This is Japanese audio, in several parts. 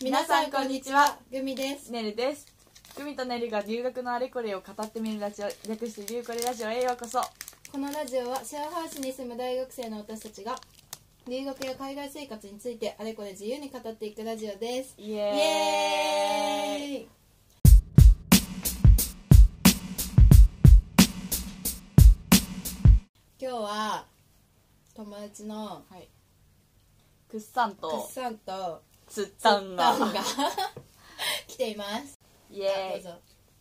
皆さんこんにちはグミですねるですグミとねるが留学のあれこれを語ってみるラジオ略して留これラジオへようこそこのラジオはシェアハウスに住む大学生の私たちが留学や海外生活についてあれこれ自由に語っていくラジオですイエーイイエーイ今日は友達のはいくっさんくっとさんとつったんがタンが 来ていますイあどエうーイぞ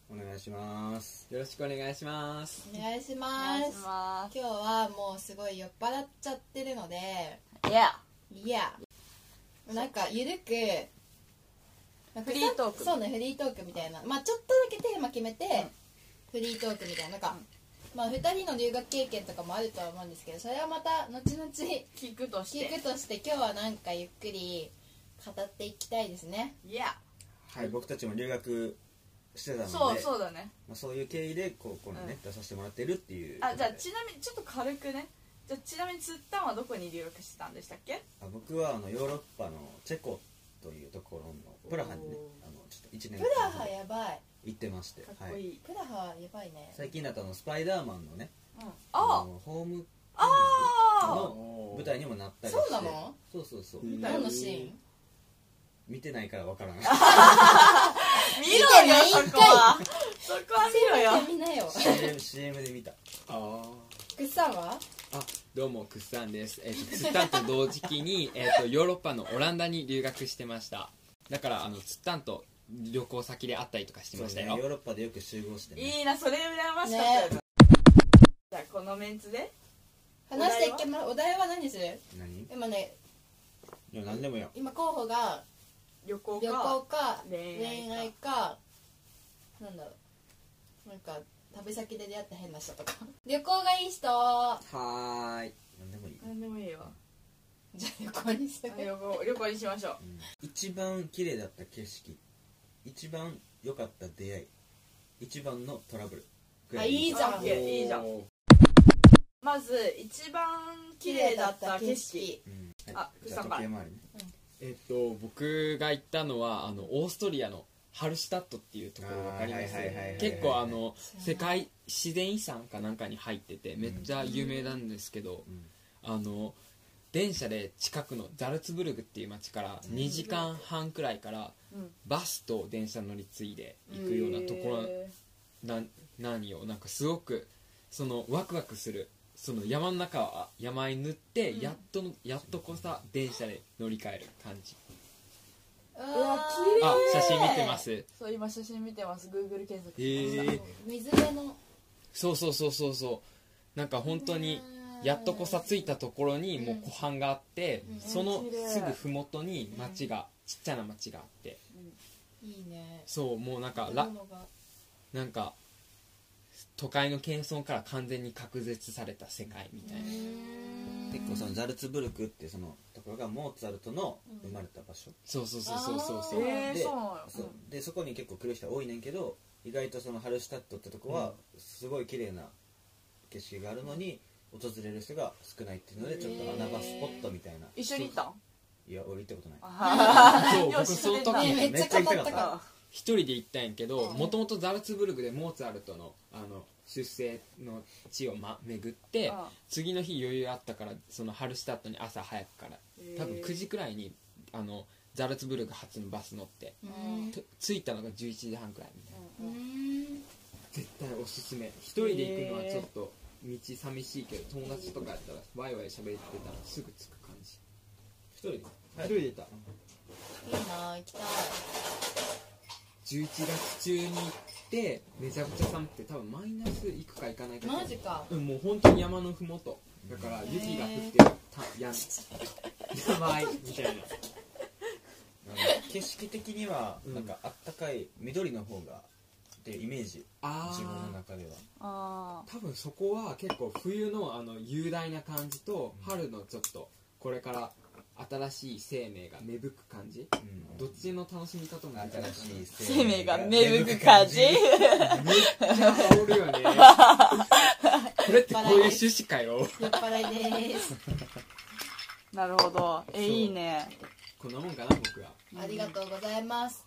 お願いしますよろしくお願いしますお願いしおま願いしすます今日はもうすごい酔っ払っちゃってるのでイエいやなんかゆるくまあフリートークそうねフリートークみたいなまあちょっとだけテーマ決めて、フリートークみたいななんか、まあ、2人の留学経験とかもあるとは思うんですけどそれはまた後々聞ーイ聞くとしてくとして今日はなんかゆっくり語っていきたいですねイエーはい僕たちも留学してたのでそうそうだねまあ、そういう経緯でこうこのね、出させてもらってるっていうあじゃあちなみにちょっと軽くねじゃあちなみにつったんはどこに留学してたんでしたっけあ僕はあのヨーロッパのチェコというところのプラハにねおーあのちょっと1プ年ラ間ハやばい行ってましてかっこはいい、い、プラハやばいね最近だとあのスパイダーマンのねうん、ああのホームあのあ舞台にもなったりしてそうなのそうそうそう見た何よのシ見てないからわからない見ろよそこはそこは見ろよーン見なよ CM, CM で見たあくっさんはあどうもクッサンです、えっとツッタンと同時期 に、えっとヨーロッパのオランダに留学してましただからあのツッタンと旅行先で会ったりとかしてましたそうねヨよーロッパでよく集合してねいいなそれ羨ましかったよな、ねじゃあこのメンツで話していけますお題は何する何い今ねや何でもよ今候補が旅行か旅行か恋愛か恋愛かなんだろうなんか旅先で出会った変な人とか 旅行がいい人じゃあはーい何でもいい、何でもいいよ旅行にする旅行旅行にしましょううん一番綺麗だった景色一番良かった出会い一番のトラブルぐらあいいじゃんオッケーいいじゃんおーまず一番綺麗だった景色うんはいあじゃあ不参加時計回りねえっと僕が行ったのはあのオーストリアのハルシュタットっていうところわかりますあーはいはいはいはいはい結構あの知世らな界自然遺産かなんかに入っててめっちゃ有名なんですけど、うんあの電車で近くのザルツブルグっていう町から2時間半くらいからうんバスと電車乗り継いで行くようなとこえろな何をなんかすごくそのワクワクするその山の中は山あい塗ってうんやっとのやっとこさ電車で乗り換える感じいうわわ綺麗あ写真見てますーそう今写真見てます Google 検索へしました、えー水辺のそうそうそうそうそうなんか本当にやっとこさ着いたところにもう湖畔があってうんその綺麗すぐ麓に町がちっちゃな町があっていいねそうもうなんかラ建物がなんか都会の謙遜から完全に隔絶された世界みたいな、結構そのザルツブルクってそのところがモーツァルトの生まれた場所、そうそうそうそうそううそんうえー、でそうなのよそうでそこに結構来る人多いねんけど意外とそのハルシュタットってとこはすごい綺麗な景色があるのに訪れる人が少ないっていうのでちょっと穴場スポットみたいな一緒に行ったんいや俺行ったことないそうよ僕しその出た時ねめっちゃ語ったから一人で行ったんやけどもともとザルツブルクでモーツァルトのあの出生の地を、ま、巡ってあ次の日余裕あったからそのハルシュタットに朝早くから多分9時くらいにあのザルツブルク発のバス乗ってううんんと着いたのが11時半くらいみたいうなんうんうん絶対おすすめ一人で行くのはちょっと道寂しいけど友達とかやったらワイワイ喋ってたらすぐ着く感じ一人で一人でいたいいな行きたい11月中に行ってめちゃくちゃ寒くて多分マイナスいくかいかないかマジかうんもう本当に山のふもとだから雪が降ってるたやんやばいみたいななんか景色的にはうんなんかあったかい緑の方がっていうイメージあ自分のあ中ではあ多分そこは結構冬のあの雄大な感じとうん春のちょっとこれから新しい生命が芽吹く感じうんどっちの楽しみ方もできたら新しいー生命が芽吹く感じめっちゃ煽るよねこれってこういう趣旨かよ酔っ払いです なるほどえそういいねこんなもんかな僕はありがとうございます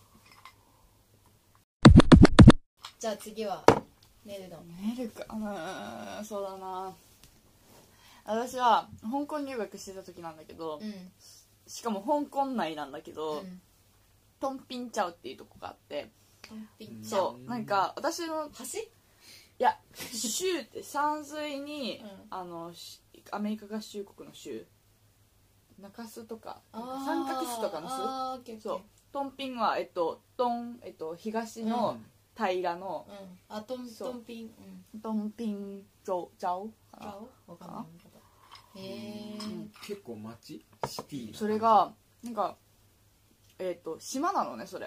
じゃあ次はネルのネルかうーんそうだな私は香港留学してた時なんだけど、うんしかも香港内なんだけうど、んトンピンチャオっていうとこがあってピうんッチャーそうなんか私のい橋や州って山水に、うんあのしアメリカ合衆国の州中州とかなんかあー三角州とかの州あーオッケーオッケーそうトンピンはえっとトン、えっと、東の平らの、うんあトンそうトンピンうんトンピンジョジャオかな顔わかんないけどへん結構街シティな感じそれがなんかえっ、と島なのねそれ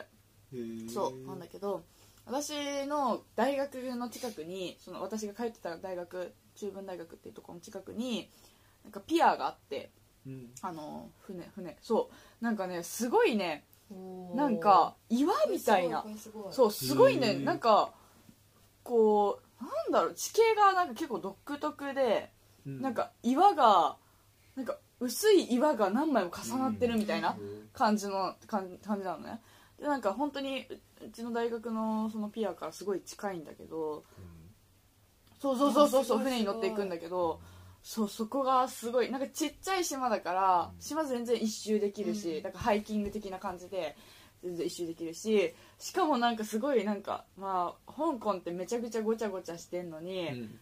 へーそうなんだけど私の大学の近くにその私が通ってた大学中文大学っていうところの近くになんかピアがあってうんあの船船そうなんかねすごいねえなんか岩みたいなうそうすごいへねーなんかこうなんだろう地形がなんか結構独特でうんなんか岩がなんか薄い岩が何枚も重なってるみたいなへー感じの感感じなのねでなんか本当にううちの大学のそのピアからすごい近いんだけどそうそうそうそうそううんすごい船に乗っていくんだけどそうそこがすごいなんかちっちゃい島だからうん島全然一周できるし、うんなんかハイキング的な感じで全然一周できるししかもなんかすごいなんかまあ香港ってめちゃくちゃごちゃごちゃしてんのに、うん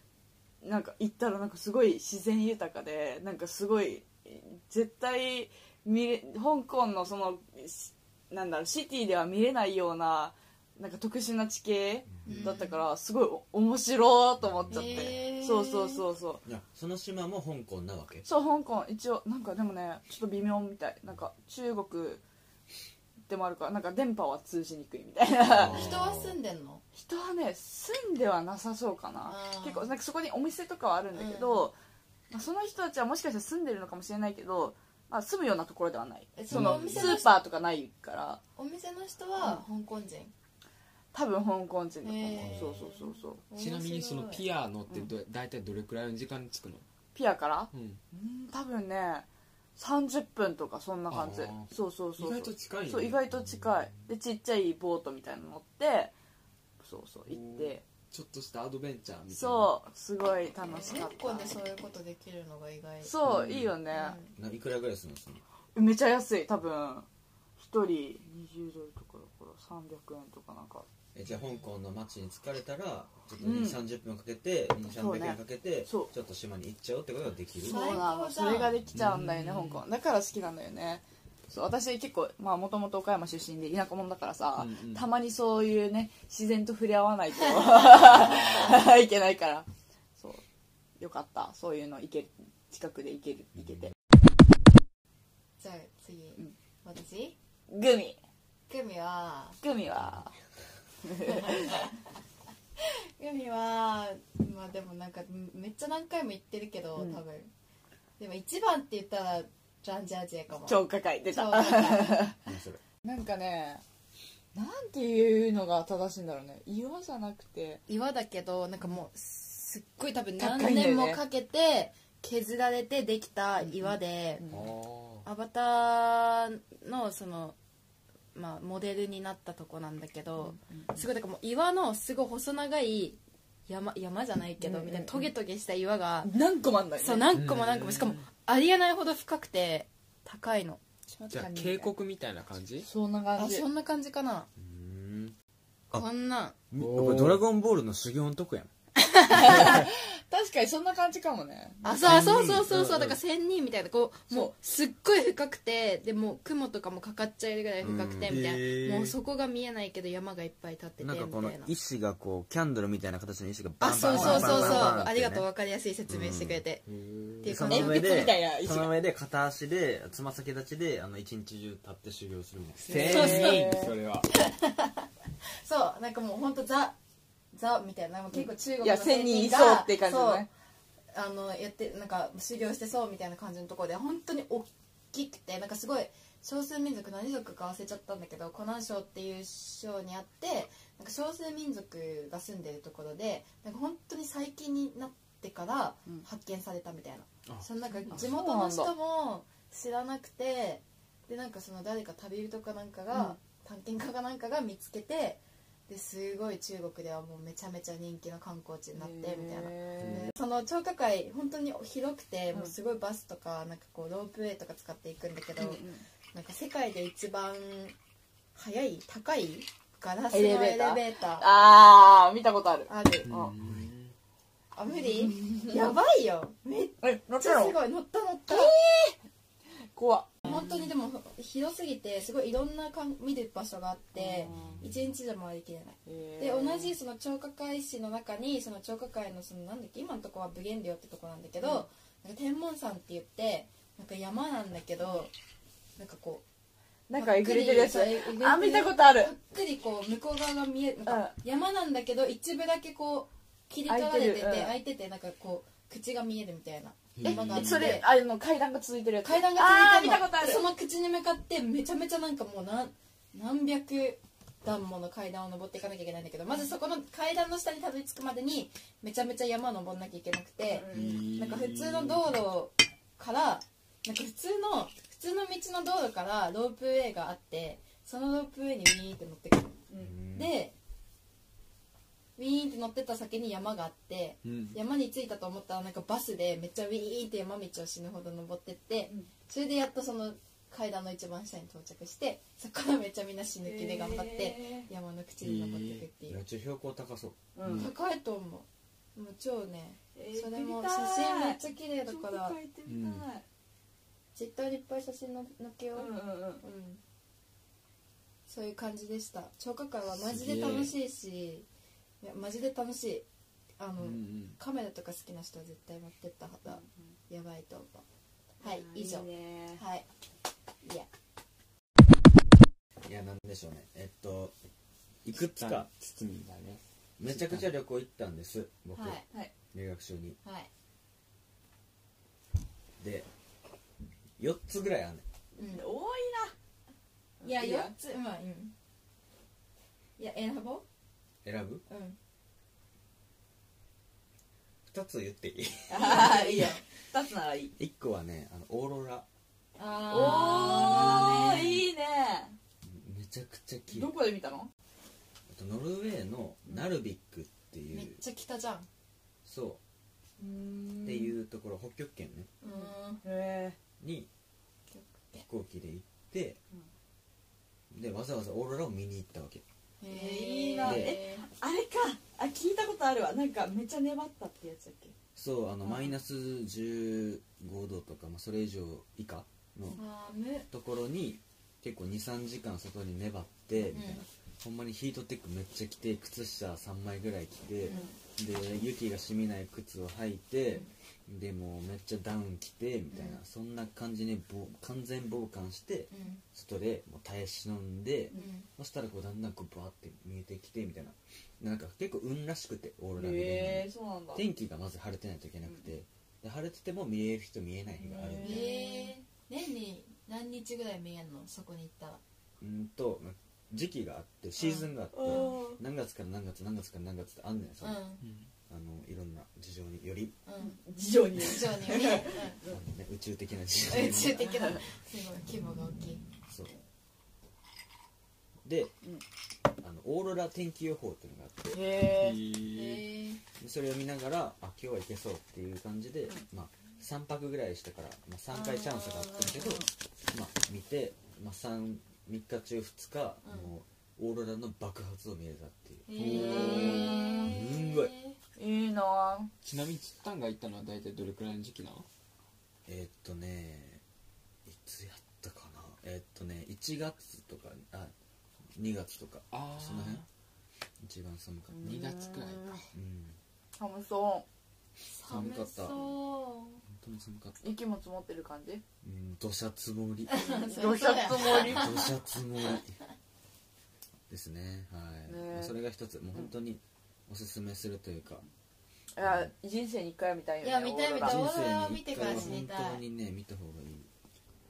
なんか行ったらなんかすごい自然豊かでなんかすごい絶対見れ香港のそのしなんだろうシティでは見れないようななんか特殊な地形うんだったからすごいお面白いと思っちゃっへてーそうそうそうそういやその島も香港なわけそう香港一応なんかでもねちょっと微妙みたいなんか中国でもあるからなんか電波は通じにくいみたいな人は住んでんの人はね住んではなさそうかなあー結構なんかそこにお店とかはあるんだけど、まあ、その人たちはもしかしたら住んでるのかもしれないけど、まあ、住むようなところではないえそそののおス店の人ーパーとかないからお店の人は香港人多分香港人だと思へーうそうそうそうそうちなみにそのアピア乗ってど大体どれくらいの時間に着くのピアからうんうん多分ね30分とかそんな感じあーそうそうそうそう意外と近いねそう意外と近いでちっちゃいボートみたいなの乗ってそうそう行ってちょっとしたアドベンチャーみたいなそうすごい楽し香かっ港でたそういうことできるのが意外そういいよね、ないくらぐらいするのそのめちゃ安い多分1人20ドルとかだから300円とかなんかえじゃあ香港の街に疲れたらちょっとうん2 3 0分かけて2 3そう0ね円かけてちょそうっと島に行っちゃうってことができる最高そうなのじゃんそれができちゃうんだよねうん香港だから好きなんだよねそう私結構まあもともと岡山出身で田舎者だからさ、うんうんたまにそういうね自然と触れ合わないと いけないからそうよかったそういうの行け近くで行ける行けてじゃあ次うん私グミグミはグミはグミはまあでもなんかめっちゃ何回も言ってるけど多うん分でも一番って言ったらランジャージェかも超高い出そうたなん か何それなんかねなんていうのが正しいんだろうね岩じゃなくて岩だけどなんかもうすっごい多分高い何んだよね年もかけて削られてできた岩で、うんあーアバターのその、まあ、モデルになったとこなんだけど、すごいだからもう岩のすごい細長い山山じゃないけど、うんうんうんみたいなトゲトゲした岩が、何個もあんだよねそう何個も何個うもんしかもありえないほど深くて高いのじゃあ渓谷みたいな感じそんな感あじそんな感じかなうんあこんなこれドラゴンボールの修行のとこやん確かにそんな感じかもねあそうあそうそうそううんうんそうだから仙人みたいなこうもうすっごい深くてでもう雲とかもかかっちゃえるぐらい深くてうみたいへーなもうそこが見えないけど山がいっぱい立っててみなたんいかなこの石がこうキャンドルみたいな形の石があバンバンそうバそンうバそンバンうそうバンバンありってねがとう分かりやすい説明してくれてっていうそ感のじ上鉛筆みたいでな石その上で片足でつま先立ちであの一日中立って修行するみたい仙そう人それはそうなんかもう本当ザザみたいなもう結構中い国やの1000仙人い人そがうって感じだねそうあのやってなんか修行してそうみたいな感じのところで本当に大きくてなんかすごい少数民族何族か忘れちゃったんだけど湖南省っていう省にあってなんか少数民族が住んでるところでなんか本当に最近になってからうん発見されたみたいな、あそのなんかあ地元のそうな人も知らなくてでなんかその誰か旅人かなんかが、探検家かなんかが見つけてですごい中国ではもうめちゃめちゃ人気の観光地になってみたいな。へその張家界本当に広くてうんもうすごいバスとかなんかこうロープウェイとか使っていくんだけど、ーなんか世界で一番速い高いガラスのエエレレベベーターーターあー見たことあるあるああ無理やばいよめっえ乗っちゃたすのごい乗った乗った、怖っ本当にでも広すぎてすごいいろんなかん見る場所があって一日でも回りきれないでで同じその張家界市の中にその張家界のそのなんだっけ今のとこは武源陵ってとこなんだけど、なんか天文山って言ってなんか山なんだけどなんかこなんかえぐれてるやつえぐれてるあ見たことあうるぱっくりこう向こう側が見えなんか山なんだけど一部だけこう切り取られてて開い開ているうんててなんかこう口が見えるみたいなえ山があってそれあの階段が続いてるやつ階段が続いてるのあー見たことあるその口に向かってめちゃめちゃなんかもう何何百段もの階段を登っていかなきゃいけないんだけどまずそこの階段の下にたどり着くまでにめちゃめちゃ山を登んなきゃいけなくてうんなんか普通の道路からなんか普通の普通の道の道路からロープウェイがあってそのロープウェイにウィーンって乗ってくるでウィーンって乗ってった先に山があってうん山に着いたと思ったらなんかバスでめっちゃウィーンって山道を死ぬほど登ってって、うんそれでやっとその階段の一番下に到着してそこからめっちゃみんな死ぬ気で頑張ってへ山の口に登っていくっていう、めっちゃ標高高そうーうん高いと思うもう超ね、えーそれも行ってみた写い真めっちゃ綺麗だかちょっらと書いてみたいツイッターにいっぱい写真の載っけよう、うんうんうんうんそういう感じでした超過会はマジで楽しいしいやマジで楽しいあの、うんカメラとか好きな人は絶対持ってった方やばいと思うはい以上いいねはいいやいやなんでしょうねえっといくつか包みだねめちゃくちゃ旅行行ったんです僕、はいはい留学中にはいで4つぐらいあんねんう多いんいやいい四やつまあうんいや選ぼ選ぶううん2つ言っていい な あーいいよ二つならいい1個はねあのオーロラあおーいいねめちゃくちゃ綺麗どこで見たのあとノルウェーのナルビックってーいめっうちゃ北じゃんそううんっていうところ北極圏ねうーんへに飛行機で行って、でわざわざオーロラを見に行ったわけへいいなえーあれかあ聞いたことあるわなんかめっちゃ粘ったってやつだっけそうあのうんマイナス15度とか、まあ、それ以上以下の寒ところに結構23時間外に粘ってみたいな、うんほんまにヒートテックめっちゃ着て靴下3枚ぐらい着て、うんで雪が染みない靴を履いて、でもうめっちゃダウン着てみたいな、うそんな感じにぼ完全防寒してうん外でもう耐え忍んで、うんそしたらこうだんだんこうバーって見えてきてみたいななんか結構運らしくてオーロラ見れるのへえそうなんだ天気がまず晴れてないといけなくて、で晴れてても見える人見えない日があるみたいなえー年に何日ぐらい見えんのそこに行ったらうんと時期があってシーズンがあって、うん何月から何月何月から何月ってあんねんさ、うんあのいろんな事情により、 うん事情に以上によりあのね、宇宙的な事情 うにん宇より宙的な すごい規模が大きいそうで、うんあのオーロラ天気予報っていうのがあってへえへえでそれを見ながらあ今日はいけそうっていう感じで、まあ、3泊ぐらいしてから、まあ、3回チャンスがあったんだけどまあ、見て、まあ、3, 3日中2日、うんもうオーロラの爆発を見れたっていへうーすんごいいいなあちなみにつったんが行ったのは大体どれくらいの時期なのえーっとねいつやったかなえーっとね1月とかあ2月とかあーその辺一番寒かった、 2月くらいかうん寒そ寒寒かったそ本当に寒かったう雪も積もって る感じうん土砂積もりう 土砂積もり土砂積もりですねはいねまあそれが一つもう本当におすすめするというか、いや人生に一回は見たいよねいや見たいオー見ロラたい人オーロラを生に見て一から回は死に本たい当にね見た方がいい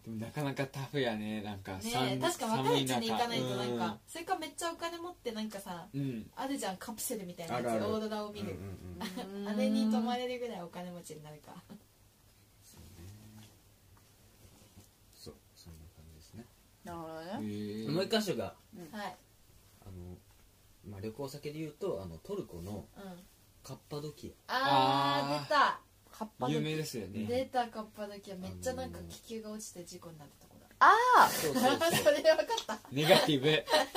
でもなかなかタフやねなんかねえ寒確か若いうちに行かないとな寒ん中かそれかめっちゃお金持ってなんかさうんうんあるじゃんカプセルみたいなやつあるあるオーロラを見うんうんる、うんう んあれに泊まれるぐらいお金持ちになるかそうそんな感じですねなるほどねもうえ一箇所がはいあの、まあ、旅行先で言うとあのトルコのうんカッパドキあーカッパ有の名ですよ出たね出たカッパだけはめっちゃなんか気球が落ちて事故になったとこだあアそうそうあ それ分かったネガ ティブ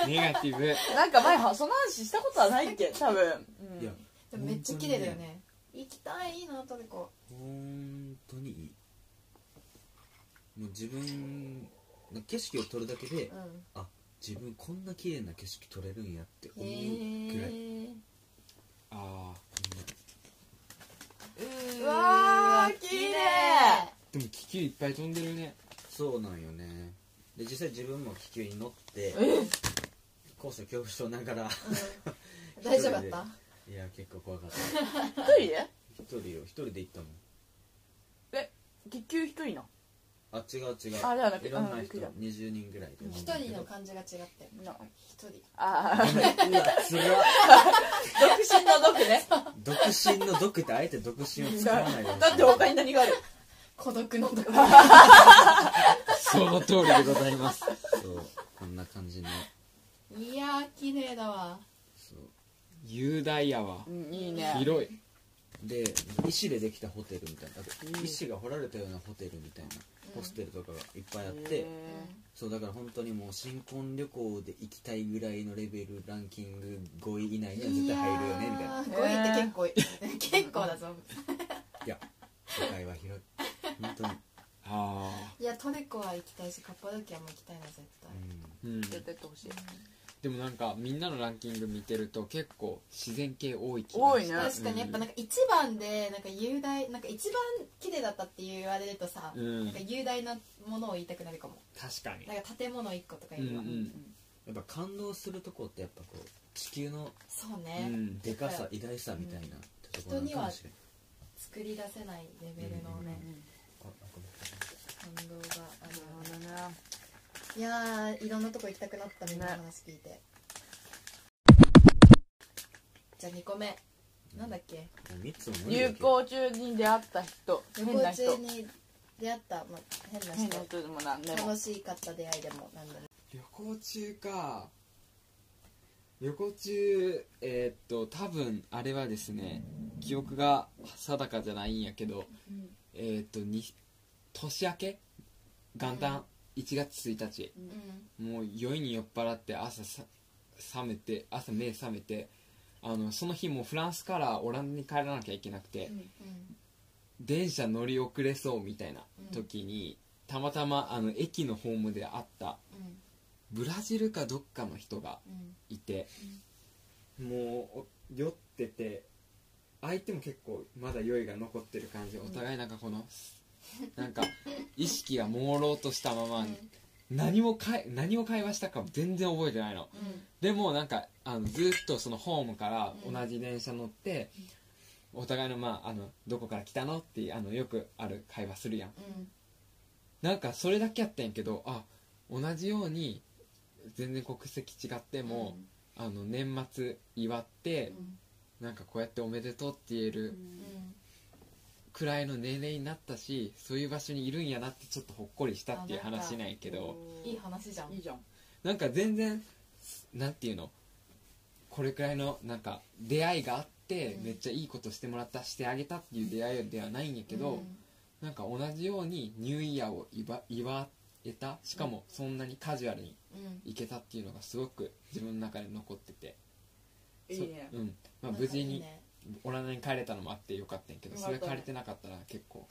ネガティブあなんか前はその話したことはないっけ多分、うん、 いやでもめっちゃ綺麗だよね行きたいいいなトルコ本当にいいもう自分の景色を撮るだけでうんあ自分こんな綺麗な景色撮れるんやって思へうくらいえあううわー綺麗ーでも気球いっぱい飛んでるねそうなんよねで実際自分も気球に乗ってコース恐怖症ながら うん大丈夫だったいや結構怖かっ一た人で一人よ一人で行ったもんえ月給一人なあ違う違うあではなくいろんあなびっく人りだ20人ぐらいで一人の感じが違ってな一人ああうわつら独身の毒ね独身の毒ってあえて独身を使わないよう にだって他に何がある孤独のとこその通りでございますそうこんな感じのいやー綺麗だわそう雄大やわうんいいね広いで石でできたホテルみたいなあとうん石が掘られたようなホテルみたいなホステルとかがいっぱいあって、へうーんそうだから本当にもう新婚旅行で行きたいぐらいのレベルランキング5位以内には絶対入るよねみたいなやー5位って結構結構だぞいや世界は広い本当に、あいやトルコは行きたいしカッパドキアも行きたいな絶対ーうん絶対やってほしいでもなんかみんなのランキング見てると結構自然系多い気多いね確かにやっぱなんか一番でなんか雄大なんか一番綺麗だったって言われるとさ、うんなんか雄大なものを言いたくなるかも確かになんか建物一個とかよりは、うんうん、やっぱ感動するとこってやっぱこう地球のそううね、んでかさ偉大さみたいなってところなのかもしれない作り出せないレベルのね、ああごめん感動があるよねなるいやーいろんなとこ行きたくなったみんなのね話聞いて、じゃあ2個目なんだっけもう三つもほど無理ねだ流けど行中に出会った人旅変な行人中に出会った、まあ、変な変な人人でもなんでも楽しかった出会いでもなんでも旅行中か旅行中えーっと多分あれはですね記憶が定かじゃないんやけど、えーっとに年明け元旦1月1日うもう酔いに酔っ払って朝さ覚めて朝目覚めてあのその日もうフランスからオランダに帰らなきゃいけなくて、んうん電車乗り遅れそうみたいな時に、たまたまあの駅のホームで会ったうんブラジルかどっかの人がうんいて、もう酔ってて相手も結構まだ酔いが残ってる感じお互いなんかこの、なんか意識が朦朧としたまま、何もかい何を会話したかも全然覚えてないのでもなんかあのずっとそのホームから同じ電車乗って、お互いの,、まあ、あのどこから来たのってあのよくある会話するやんなんかそれだけやったんやけどあ同じように全然国籍違ってうんも、あの年末祝ってう、んなんかこうやっておめでとうって言えるうんくらいの年齢になったしそういう場所にいるんやなってちょっとほっこりしたっていう話なんやけどいい話じゃんいいじゃんなんか全然なんていうのこれくらいのなんか出会いがあって、うんめっちゃいいことしてもらったしてあげたっていう出会いではないんやけど、うんなんか同じようにニューイヤーを祝祝えたしかもそんなにカジュアルにうんいけたっていうのがすごく自分の中で残ってていいねそううんまあ、なんか無事いいにねオランダに帰れたのもあってよかったんやけどよそかったれね帰れてなかったら結構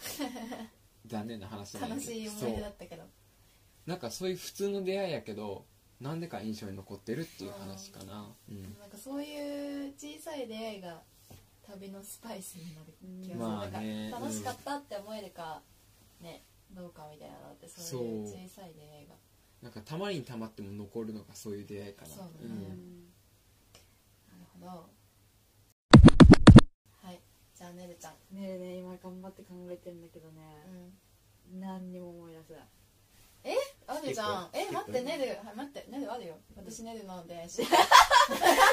残念な話だ楽しい思い出そだうったけどなんかそういう普通の出会いやけどなんでか印象に残ってるっていう話かな、うんなんかそういう小さい出会いが旅のスパイスになる気うんがまあするねなんか楽しかったって思えるかねどうかみたいなのってそういうそう小さい出会いがなんかたまりにたまっても残るのがそういう出会いかなそうだねなるほどはいじゃあねるちゃんねえねえ今頑張って考えてんだけどねうん何にも思い出せないあるじゃん結え構待ってねるはい待ってねるあるよ私ねるので知ってる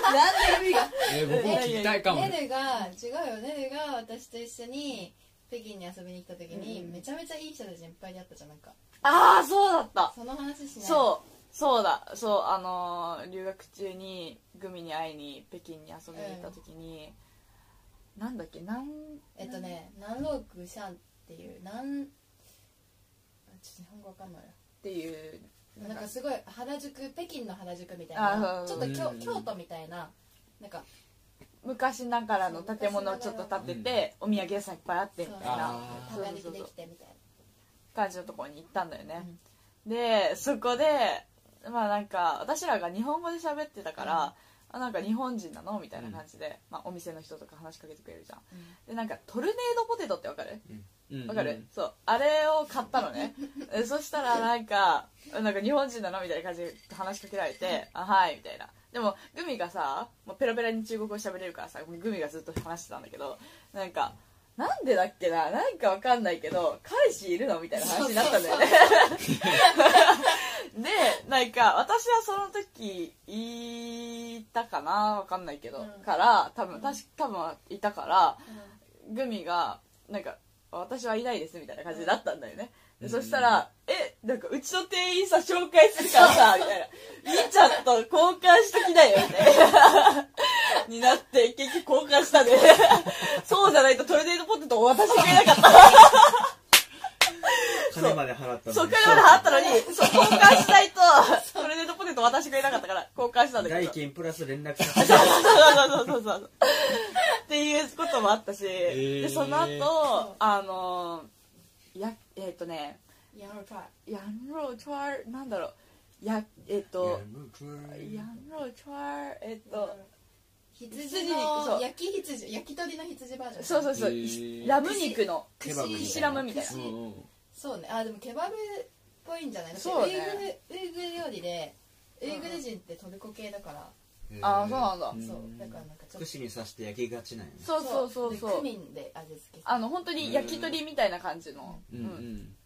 なんで意味が えー僕も聞きたいかもねるが違うよねるが私と一緒に北京に遊びに来た時に、めちゃめちゃいい人たちいっぱいに会ったじゃんなんかああそうだったその話しないそうそうだそうあのー留学中にグミに会いに北京に遊びに行った時に、なんだっけなんえっとね南ロークシャンっていう南あちょっと日本語わかんないっていうななんかすごい原宿北京の原宿みたいあなーちょっと京うん京都みたいななんか昔ながらの建物をちょっと建てて、お土産屋さんいっぱいあってみたいなあー食べ歩そうきそうでそうきてみたい感じのところに行ったんだよね、でそこでまあなんか私らが日本語で喋ってたから、あなんか日本人なのみたいな感じで、まあ、お店の人とか話しかけてくれるじゃんな、でなんかトルネードポテトってわかるうんわかる、そうあれを買ったの ねえそしたらなんかなんか日本人なのみたいな感じで話しかけられて「あはい」みたいなでもグミがさもうペラペラに中国語喋れるからさグミがずっと話してたんだけどなんかなんでだっけななんかわかんないけど彼氏いるのみたいな話になったんだよね でなんか私はその時いたかなわかんないけど、うんから多分確か多分いたからうグミがなんか「私はいないです」みたいな感じだったんだよね、でうんそしたら「えなんかうちの店員さ紹介するからさ」みたいな「みーちゃんと交換しときなよ」みたいなになって結局交換したねそうじゃないとトルネードポテトを私しかいなかっ金まで払ったたのそうこれまで払ったのにそう交換しないとトルネードポテトを私しかいなかったから交換したんだけ代ど金プラス連絡先そうそうそうそうそうそうっていうこともあったし、ーでその後あのやえっ、とねんヤンローパーヤンローチュアルなんだろうやえっ、とヤンローチュアルえっ、と羊羊肉そのう焼き羊焼き鳥の羊バージョンそうそうそう、えーラム肉のケバブみたいなシラムみたいな串うんうんそうねあでもケバブっぽいんじゃないそうねウイグルウイグル料理でウイグル人ってトルコ系だから、ああそうなんだうんそうだからなんかちょっと串に刺して焼きがちなんやねそうそうそうでそクうミンで味付けするあの本当に焼き鳥みたいな感じの、ううんんうん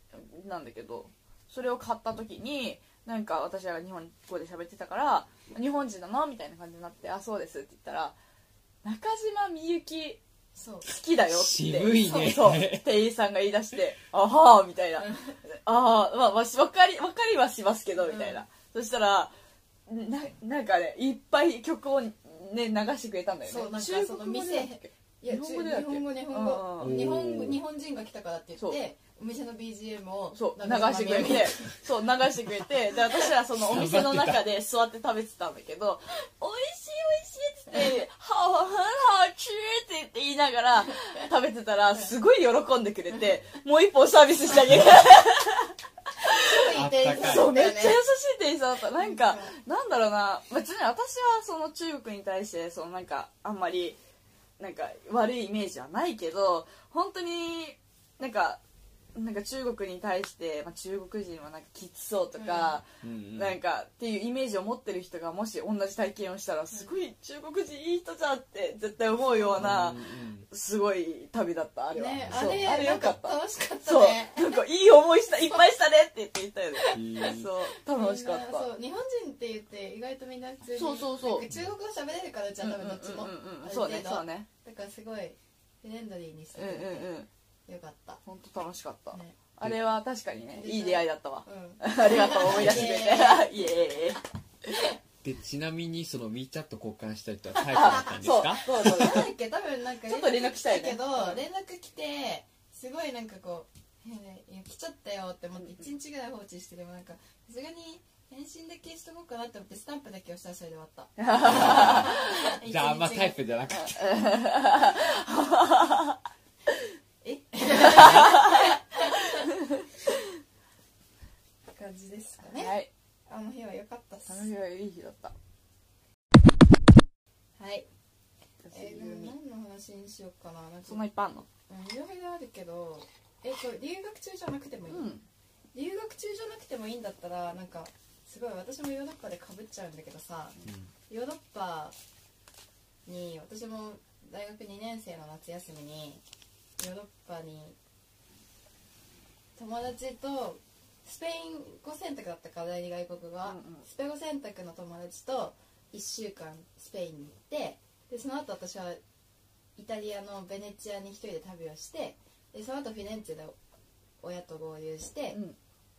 なんだけどそれを買った時になんか私らが日本語で喋ってたから「日本人なの?」みたいな感じになって「あそうです」って言ったら「中島みゆきそう好きだよ」って渋いねそうそう店員さんが言い出して「あはあ」み たいな「ああまあわしわかりわかりはしますけど」みたいな、そしたらななんかねいっぱい曲をね流してくれたんだよねそうなんか中その国語でだっけいや日本語でだっけ日本語日本あ語ー日本おー日本人が来たからって言そっうてお店の BGM をそう流なんかしてくれてそう流してくれてで私らそのお店の中で座って食べてたんだけど「美味しい美味しい」っつって「 好很好吃」って言って言いながら食べてたらすごい喜んでくれてもう一本サービスしてあげるすごい店員さんだったよねそうめっちゃ優しい店員さんだったなんかなんだろうな別に私はその中国に対してそのなんかあんまりなんか悪いイメージはないけど本当になんかなんか中国に対して、まあ、中国人はなんかきつそうとか、うんうんなんかっていうイメージを持ってる人がもし同じ体験をしたらすごい中国人いい人じゃんって絶対思うようなうんうんすごい旅だったあれは、ねあそうれあれよかったなん楽しかったそうねなんかいい思いしたいっぱいしたねって言って言ったよねへーそう楽しかっみんなたそう日本人って言って意外とみんな普通にそうそうそうなんか中国語喋れるからじゃうんんう多んう分んどっちもうんうんそうねそうねだからすごいフレンドリーにしてうんくれてうんうんよかった本当楽しかった、ねあれは確かにねいい出会いだったわうんありがとう思い出してくれてイエーイでちなみにその WeChat 交換したりとはタイプだあったんですそうかそうそうなんだっけ多分なんかちょっと連絡したいねけどうん連絡来てすごいなんかこうえー来ちゃったよって思って1日ぐらい放置してでもなんかさすがに返信だけしとこうかなって思ってスタンプだけ押したらそれで終わった じゃああんま一日タイプじゃなかったえ感じですかね、はいあの日は良かったっすあの日はいい日だったはいえー、でも何の話にしようかななんかそんないっぱいあんのうんいろいろあるけどえこれ留学中じゃなくてもいい、うん留学中じゃなくてもいいんだったらなんかすごい私もヨーロッパでかぶっちゃうんだけどさヨーロッパに私も大学2年生の夏休みにヨーロッパに友達とスペイン語選択だったから第二外国が、うんうんスペイン語選択の友達と1週間スペインに行ってでその後私はイタリアのベネチアに一人で旅をしてででその後フィレンツェで親と合流して、うん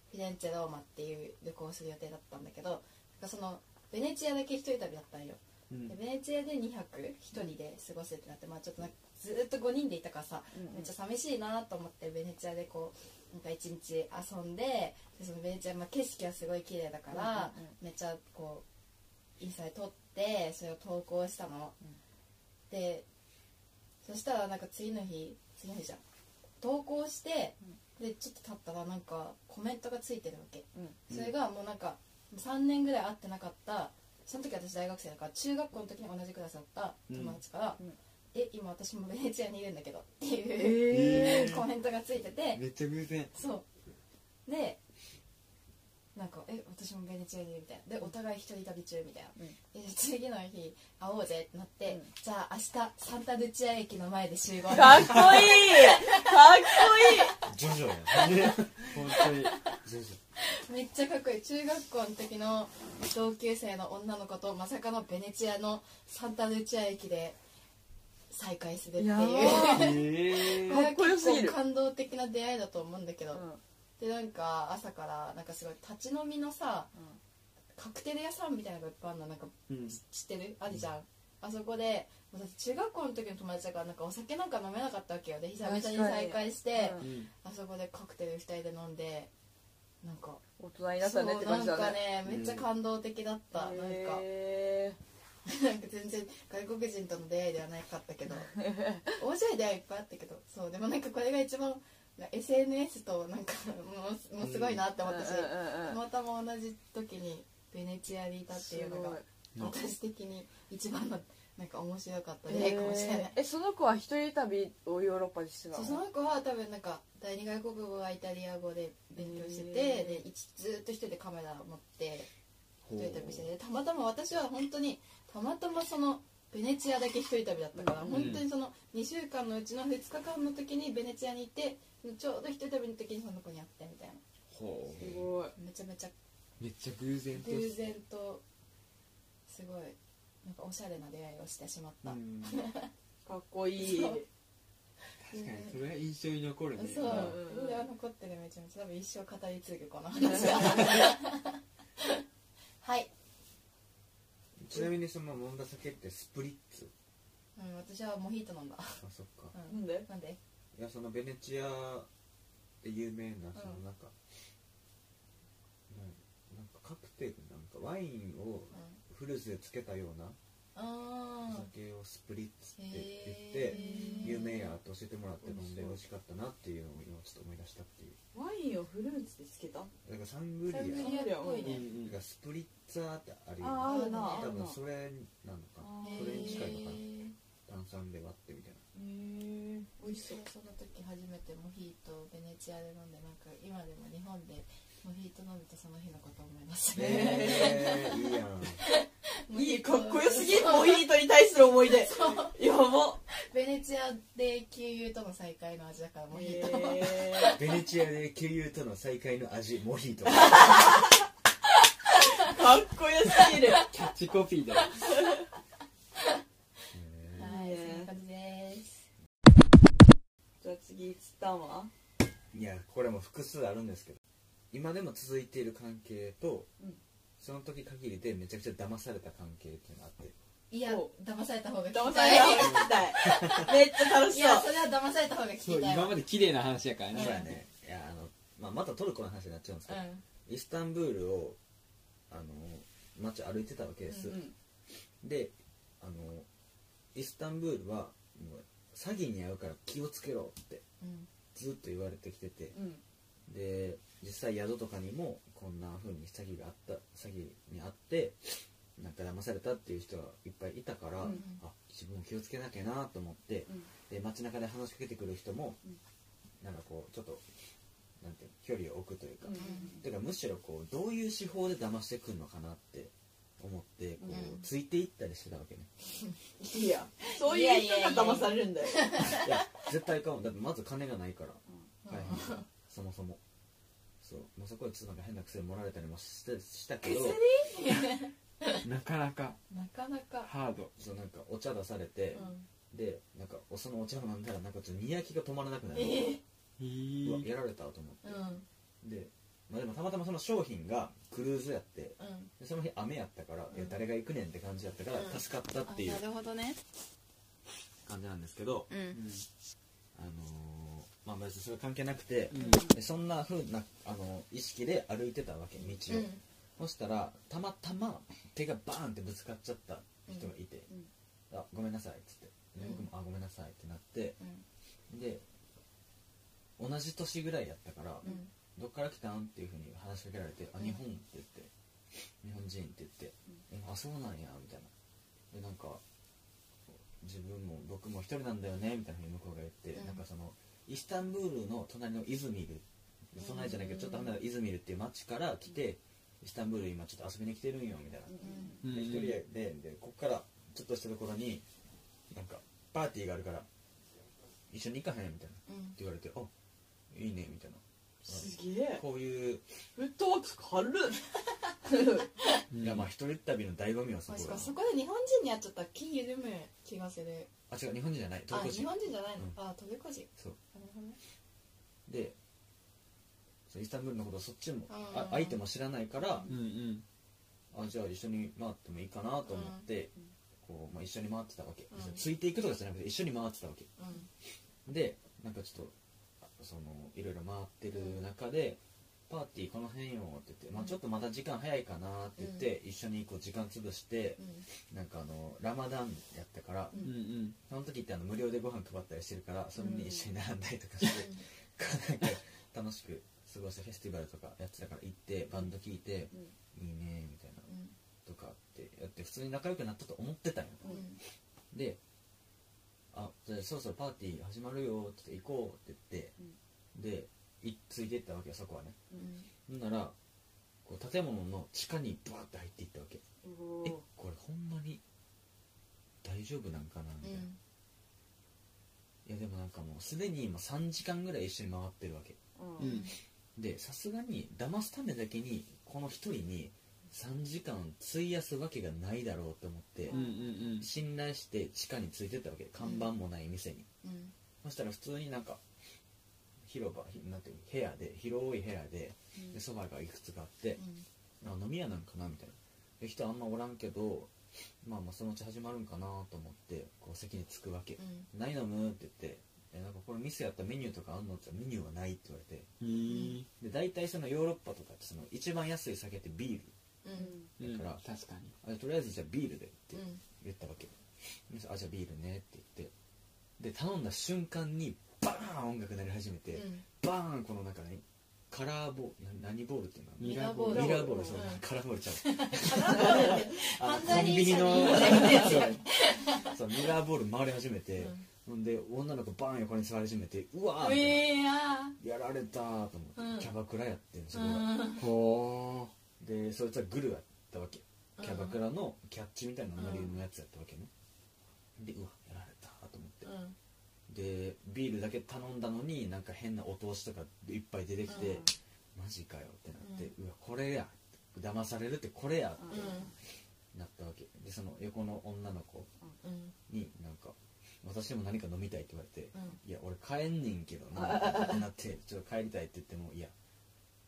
フィレンツェローマっていう旅行をする予定だったんだけどなんかそのベネチアだけ一人旅だったんよ、うんでベネチアで2泊1人で過ごすってなって、まあ、ちょっとなんかずーっと5人でいたからさ、うんうんめっちゃ寂しいなと思ってベネチアでこうなんか一日遊んででそのベネチア、まあ、景色はすごい綺麗だから、うんうんうんめっちゃこうインスタで撮ってそれを投稿したの、うんでそしたらなんか次の日次の日じゃん投稿して、でちょっと経ったらなんかコメントがついてるわけ、うんそれがもうなんか3年ぐらい会ってなかったその時私大学生だから中学校の時に同じクラスだった友達から「うんうんえ今私もベネチアにいるんだけど」っていう、ええーコメントがついててめっちゃ偶然そうでなんか「え私もベネチアにいる」みたいなでお互い一人旅中みたいな、うんで次の日会おうぜってなって、うんじゃあ明日サンタルチア駅の前で集合ー、かっこいいかっこいい徐々や本当徐に々めっちゃかっこいい中学校の時の同級生の女の子とまさかのベネチアのサンタルチア駅で再会するっていうやばこえれ えはかっこよすぎる結構感動的な出会いだと思うんだけど、うでなんか朝からなんかすごい立ち飲みのさんうんカクテル屋さんみたいなのがいっぱいあるのなんかうん知ってるあるじゃん、あそこで私中学校の時の友達だからなんかお酒なんか飲めなかったわけよで久々に再会して、うんうんあそこでカクテル2人で飲んでなんか大人になったねって感じそうなだんかねねめっちゃ感動的だった、なんか へなんか全然外国人との出会いではなかったけ ど面白い出会いいっぱいあったけどそうでもなんかこれが一番な SNS となんかもうもうすごいなってー思ったし、うんうんたうんうんまたま同じ時にベネチアにいたっていうのがすごい 私的に一番のなんか面白かったごい出会いかもしれないへー。えその子は一人旅をヨーロッパでしてたそうのその子は多分なんか第二外国語はイタリア語で勉強しててへーで一ずっと一人でカメラ持ってほ一う人旅しててたまたま私は本当にたまたまそのベネチアだけ一人旅だったから、うん本当にその2週間のうちの2日間の時にベネチアに行ってちょうど一人旅の時にその子に会ってみたいなほすごいめちゃめちゃうめっちゃ偶然と偶然とすごいなんかおしゃれな出会いをしてしまった、うんかっこいいそう確かにそれは印象に残るねそう、うんそれは残ってるめちゃめちゃ多分一生語り継ぐこの話ははい、ちなみにその飲んだ酒ってスプリッツうん、私はモヒート飲んだ、あそっかう、なんんでなんでいやそのベネチアで有名なそのなんか、なんなんかカクテルなんかワインをうんフルーツでつけたようなあおあ酒をスプリッツって言って、へー有名やって教えてもらって飲んで美味しかったなっていうのを今ちょっと思い出したっていうワインをフルーツでつけただからサングリアサングリアっぽいうんねなんうんかスプリッツァーってあるよあーあるなあ多るな分それなのかあーそれに近いのかへーな炭酸で割ってみたいなへー美味しそうそうその時初めてモヒートをベネチアで飲んでなんか今でも日本でモヒート飲むとその日のこと思います ねえー、いいやんいいかっこよすぎるモヒートに対する思い出そうやばベネチアで旧友との再会の味だからモヒート、へベネチアで旧友との再会の味モヒートーかっこよすぎるキャッチコピー だよえはいいいねそんな感じですじゃあ次つったんはいやこれも複数あるんですけど今でも続いている関係と、うんその時限りでめちゃくちゃ騙された関係っていうのがあっていやそ騙された方が聞きたい騙された方が聞きたいめっちゃ楽いしやそそれは騙された方が聞そうきたいわ今まで綺麗な話やからそうやねねいやあの、まあ、またトルコの話になっちゃうんですけど、うんイスタンブールをあの街歩いてたわけです、ううんであのイスタンブールはもう詐欺に遭うから気をつけろってうんずっと言われてきてて、うんで実際宿とかにもこんな風に詐欺があった詐欺にあってなんか騙されたっていう人がいっぱいいたから、うんうんあ自分も気をつけなきゃなと思ってうんで街中で話しかけてくる人も、うんなんかこうちょっとなんていうの距離を置くというか、うんてかむしろこうどういう手法で騙してくるのかなって思ってこう、うんついていったりしてたわけねいやそういう人が騙されるんだよいや絶対かもだってまず金がないから大変だからそもそもそう、まあ、そこでちょっとなんか変な薬もられたりもしてしたけどなかなかなかなかハードそうなんかお茶出されうて、んでなんかおそのお茶飲んだらなんかちょっと煮焼きが止まらなくなる、えうわへえやられたと思ってうんで,、まあ、でもたまたまその商品がクルーズやってうんでその日雨やったから、うんえ誰が行くねんって感じやったからうん助かったっていうあなるほどね感じなんですけど、うんうんあのーまあ別にそれ関係なくて、うんでそんなふうな、あのー意識で歩いてたわけ道を、そしたらたまたま手がバーンってぶつかっちゃった人がいてうん「あごめんなさい」っつってで僕も「あごめんなさい」ってなってうんで同じ年ぐらいやったからうん「どっから来たん?」っていうふうに話しかけられて「あうん日本」って言って「日本人」って言って「えあそうなんや」みたいなでなんか自分も僕も一人なんだよねみたいなふうに向こうが言って、うんなんかそのイスタンブールの隣のイズミル隣じゃないけどちょっと離れたイズミルっていう町から来てイスタンブール今ちょっと遊びに来てるんよみたいな、うんで一人ででこっからちょっとしたところになんかパーティーがあるから一緒に行かへんみたいなっうてん言われてあいいねみたいすげえなこういう、フットワーク 軽っうんいやまあ一人旅の醍醐味はそまあこしかがもそこで日本人に会っちゃったら気緩む気がするあ違う日本人じゃないあ東京日人本人じゃないのうんあ飛び越しそうなるほどねでそうイスタンブールのことそっちもうんうんあ相手も知らないからうんうんあじゃあ一緒に回ってもいいかなと思って、こうまあ、一緒に回ってたわけ、うんついていくとかじゃなくて一緒に回ってたわけうんでなんかちょっとあそのいろいろ回ってる中で「パーティーこの辺よ」って言って、まあ、うんちょっとまだ時間早いかなって言って、一緒にこう時間潰してう、んなんかあのラマダンやったから、うんうんうんその時ってあの無料でご飯配ったりしてるからそれに一緒に並んだりとかして、なんか楽しく過ごしたフェスティバルとかやってたから行ってバンド聴いてうん「いいね」みたいなうんとかってやって普通に仲良くなったと思ってたんようんで「あじゃあそろそろパーティー始まるよ」って言って行こうって言って、でいついてったわけよそこはねうんほんならこう建物の地下にバーって入っていったわけうえおこれほんまに大丈夫なんかなみたういな、いんやでもなんかもうすでに今3時間ぐらい一緒に回ってるわけうんうんでさすがに騙すためだけにこの一人に3時間費やすわけがないだろうと思って、うんうん信頼して地下についてったわけ看板もない店に、うんそしたら普通になんか広場ひなんていうの部屋で広い部屋ででソファがいくつかあって、あ飲み屋なんかなみたいなで人あんまおらんけどまあまあそのうち始まるんかなと思ってこう席に着くわけ、うん何飲むって言ってえなんかこれ店やったらメニューとかあんのって言ったらメニューはないって言われてうんで大体そのヨーロッパとかってその一番安い酒ってビールうんうだんから確かにあれとりあえずじゃあビールでってうん言ったわけ、であじゃあビールねって言ってで頼んだ瞬間にバーン音楽鳴り始めて、うんバーンこの中にカラーボールな何ボールっていうのミラーボールミラーボールそう、うんカラーボールちゃう犯あのコ罪ンビニ者のにそうそうミラーボール回り始めて、ほんで女の子バーン横に座り始めてうわーうみたいなえややられたーと思って、うんキャバクラやってんそこが、うんほでそいつはグルやったわけキャバクラのキャッチみたいなノリのやつやったわけね、でうわやられたと思って、うんでビールだけ頼んだのになんか変なお通しとかいっぱい出てきて、マジかよってなって、うわこれや騙されるってこれやっうてんなったわけでその横の女の子うんになんか「私も何か飲みたい」って言われてうん「いや俺帰んねんけどな」ってなって「ちょっと帰りたい」って言っても「いや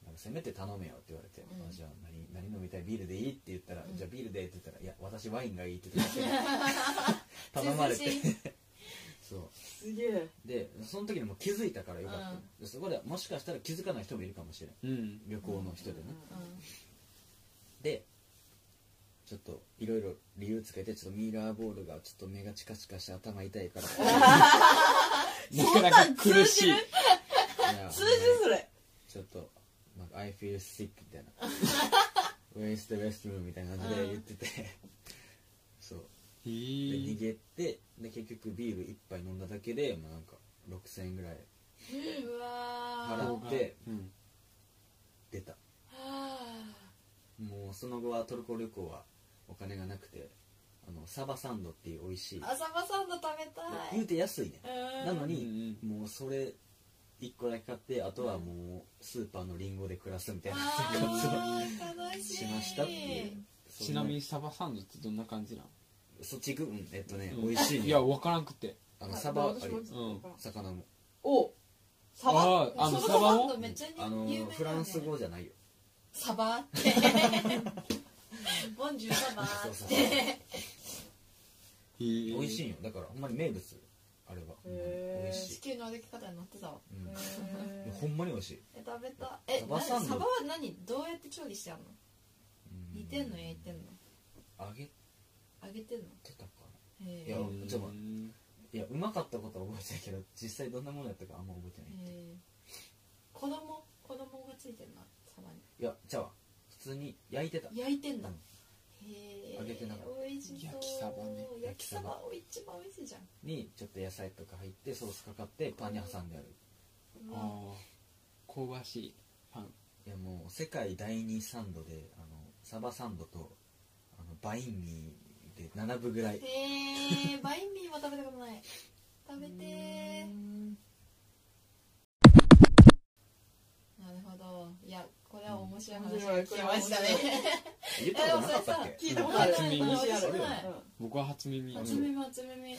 なんかせめて頼めよ」って言われてうんあ「じゃあ何何飲みたいビールでいい?」って言ったらう「んじゃあビールで」って言ったら「いや私ワインがいい」って言って 頼まれて涼しいそうすげえでその時にもう気づいたからよかった、うんでそこでもしかしたら気づかない人もいるかもしれんううん旅行の人でね、うんでちょっといろいろ理由つけてちょっとミラーボールがちょっと目がチカチカして頭 痛いからなかなか苦しいいや通じるそれちょっとなんか「I feel sick」みたいな 「Where's the restroom」みたいな感じで言ってて、そうへでえ逃げてで結局ビール一杯飲んだだけで、まあ、なんか6000円ぐらいうわー払うでうん出たはもうその後はトルコ旅行はお金がなくてあのサバサンドっていう美味しいあ浅間さんの食べた言いうて安いねうんなのうんうにんもうそれ1個だけ買ってあとはもうスーパーのリンゴで暮らすみたいなあ生活をー悲しいしましたっていうそんちなみにサバサンドってどんな感じなのそっち行くうんえっとねうん美味しいいやわからんくてあのサバあ私れもちょっとわからん魚もおサバあああのソサババンドをめっちゃあ有の名だよねフランス語じゃないよサバってボンジュールサバそうっそうて美美味しいよだからほんまに名物あれはほんまにへー美味地しい、球の歩き方に載ってたわうんいやへほんまに美味しい、え食べたえサなバサンドサバは何どうやって調理してあんのうん煮てんの焼いてんの揚げ揚げてんのてたかなへいやえちょっと待いやうまかったことは覚えてるけど実際どんなものやったかあんま覚えてない、へえ子供子供がついてんなサバにいやじゃあ普通に焼いてた焼いてんだうへんえ揚げてなかっ美味しそう焼きサバね焼きサバお一番美味しいじゃんにちょっと野菜とか入ってソースかかってパンに挟んであるうわああ香ばしいパンいやもう世界第二サンドであのサバサンドとあのバインミーで7分ぐらいへえバインミーは食べたことない食べてーなるほどいやこれは面白い話が聞けましたね言ったことなかったっけ聞いたことある初耳私ある私ない僕は初 耳初耳初耳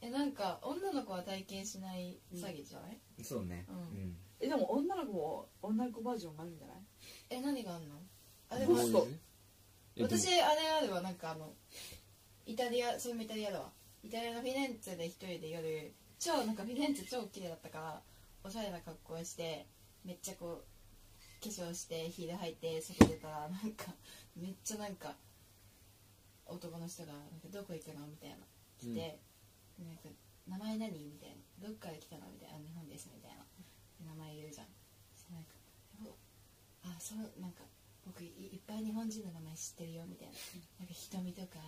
えなんか女の子は体験しない詐欺じゃない、そうねうんうんえでも女の子も女の子バージョンがあるんじゃないえ何があんのあでえもどボうスいうえ私あれあるわなんかあのイタリアそれもイタリアだわイタリアのフィレンツェで一人で夜超なんかフィレンツェ超綺麗だったからおしゃれな格好をしてめっちゃこう化粧してヒール履いて外出たらなんか めっちゃなんか男の人がなんか「どこ行くの?」みたいな来て、なんか名前何?」みたいな「どっから来たの?」みたいなあ「日本です」みたいなで名前言うじゃんそしてなんかおあそうなんか僕いいっぱい日本人の名前知ってるよみたいななんか瞳とか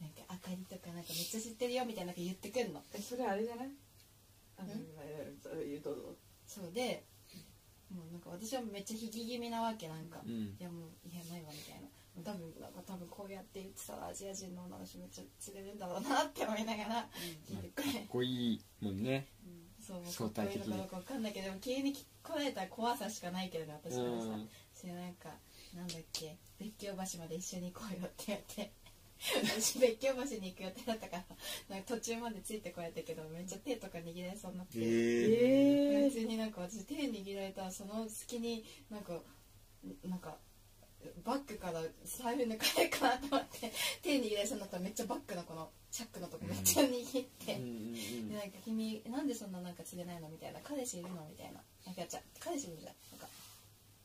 なんかあかりとかなんかめっちゃ知ってるよみたいななんか言ってくんのえそれあれじゃないあのん言うとどうそうでもうなんか私はめっちゃ引き気味なわけなんか、ういんやもういやないわみたいな多分なんか多分こうやって言ってたらアジア人の女の人めっちゃ釣れるんだろうなって思いながら聞いてくれ、かっこいいもんねそうもうか相っこ対いい的のにかどうかわかんないけどでも急に来られた怖さしかないけどね私からしたらそれなんかなんだっけ別居橋まで一緒に行こうよってやって私別居橋に行く予定だったからなんか途中までついてこられたけどめっちゃ手とか握られそうになって、ええ普通になんか私手握られたらその隙になんかなんかバッグから財布抜かれるかなと思って手握られそうになったらめっちゃバッグのこのチャックのとこめっちゃ握って。うんうんでなんか君なんでそんななんか釣れないのみたいな彼氏いるのみたいななんかじゃ彼氏いるじゃんなんか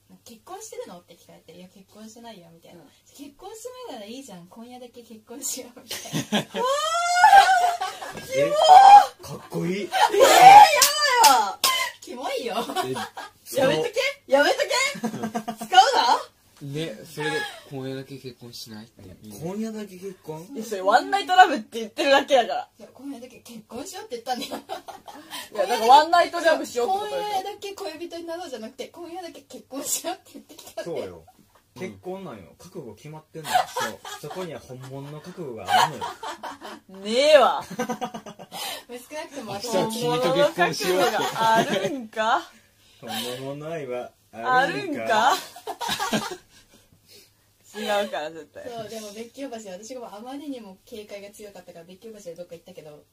なんか結婚してるのって聞かれて「いや結婚してないよ」みたいな、うん結婚してないならいいじゃん今夜だけ結婚しよう」みたいなえかっこいいキモいよやめとけやめとけ使うなうんでそれで今夜だけ結婚しないっていいね今夜だけ結婚いやそれワンナイトラブって言ってるだけだからいや今夜だけ結婚しようって言ったんだよいやだからワンナイトラブしようってこ今とで夜だけ恋人になろうじゃなくて今夜だけ結婚しようって言ってきたんだそうよようん結婚なんよ覚悟決まってんのよそうそこには本物の覚悟があるのよねえわ少なくとも私じゃあは君と結婚しようって本物の覚悟があるんか本物の愛はああるるんんかか違うから絶対そうでも別居橋私があまりにも警戒が強かったから別居橋でどっか行ったけど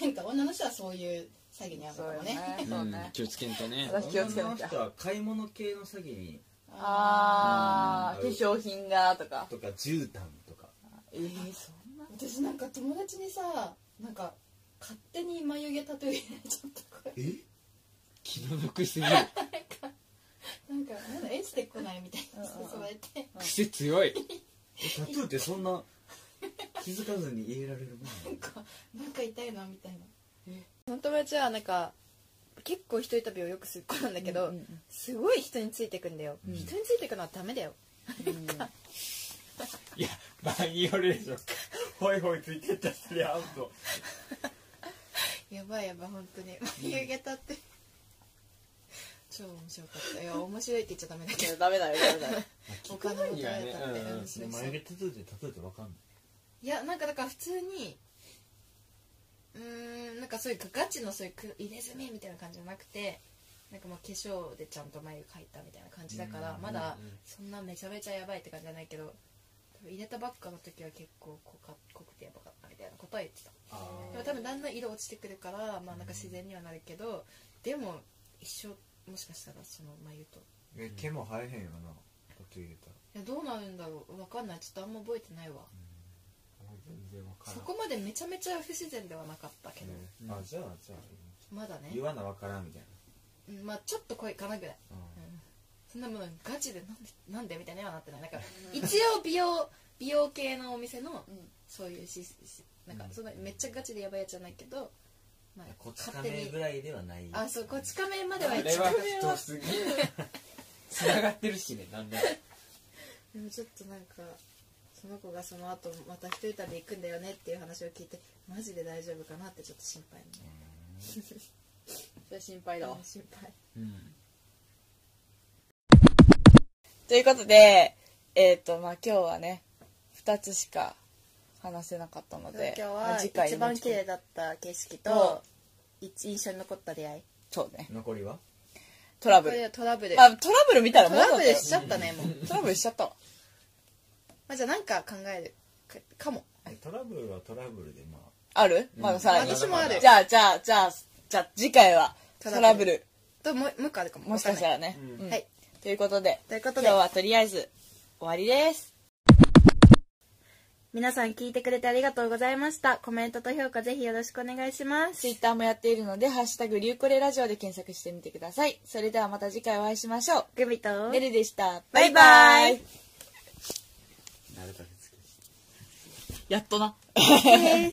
なんか女の人はそういう詐欺に遭うのそうかよもねねそううんね気をつけんとね私気をつけな女のきゃ人は買い物系の詐欺にあー化粧品がとかとか絨毯とかえー、そんな私なんか友達にさなんか勝手に眉毛タトゥー入れちゃったこれえ気の毒すぎるなんかなんだエステ来ないみたいなうんうんうん誘われて癖強いタトゥーってそんな気づかずに入れられるもんなんかなんか痛いなみたいなえその友達はなんか結構一人旅をよくする子なんだけど、うんうんすごい人についてくんだよ、うん人についてくのはダメだようんいや場合によるでしょホイホイついてったらそりゃアウトやばいやばい本当に眉毛た って超面白かったいや面白いって言っちゃダメだいけやダメだよダメだよどお金も取られたってうんうんうんそうそう眉毛タトゥーってタトゥーってわかんないいやなんかだから普通にうーんなんかそういうガチのそういうく入れ墨みたいな感じじゃなくてなんかまあ化粧でちゃんと眉毛描いたみたいな感じだからうんまだそんなめちゃめちゃやばいって感じじゃないけど多分入れたばっかの時は結構濃か濃くてやばかったみたいなことは言ってたあでも多分だんだん色落ちてくるからまあなんか自然にはなるけどでも一生もしかしたらその眉とえ毛も生えへんよなタトゥー入れたらいやどうなるんだろうわかんないちょっとあんま覚えてないわ全然わからんそこまでめちゃめちゃ不自然ではなかったけど、うんあじゃあじゃあまだね言わなわからんみたいうんまあちょっと声かなぐらい、な、うんうんそんなものガチでなんでなんでみたいにはなってないなんか一応美容美容系のお店のうんそういうししなんかうんそんなめっちゃガチでやばいやつじゃないけど、まあいや、こっち亀ぐらいではないあそうこち亀まではあ一れ応は人すぎつながってるしねなんだでもちょっとなんかその子がその後また一人旅行くんだよねっていう話を聞いてマジで大丈夫かなってちょっと心配にうねんそれ心配だわ心配うんということでえっ、とまあ今日はね2つしか話せなかったので今日まあは次回一番綺麗だだった景色とと一印象に残った出会いそうね残りはトラこブルれトラブルまあトラブル見たらトもうだっラたブよルしちゃったねもう、トラブルしちゃったわまあ、じゃあなんか考えるかかもえトラブルはトラブルでまああるまださらに私もあるじゃあじゃあじゃあじゃあ次回はトトララブブルルともうもう一個あるかももしかしたわらねうんんうなんいはいということでということで今日はとりあえず終わりです皆さん聞いてくれてありがとうございましたコメントと評価ぜひよろしくお願いしますツイッターもやっているので、ハッシュタグ、リュウコレラジオで検索してみてください。それではまた次回お会いしましょグビとう。ねるでした。バイバイなるだけつけやっとな。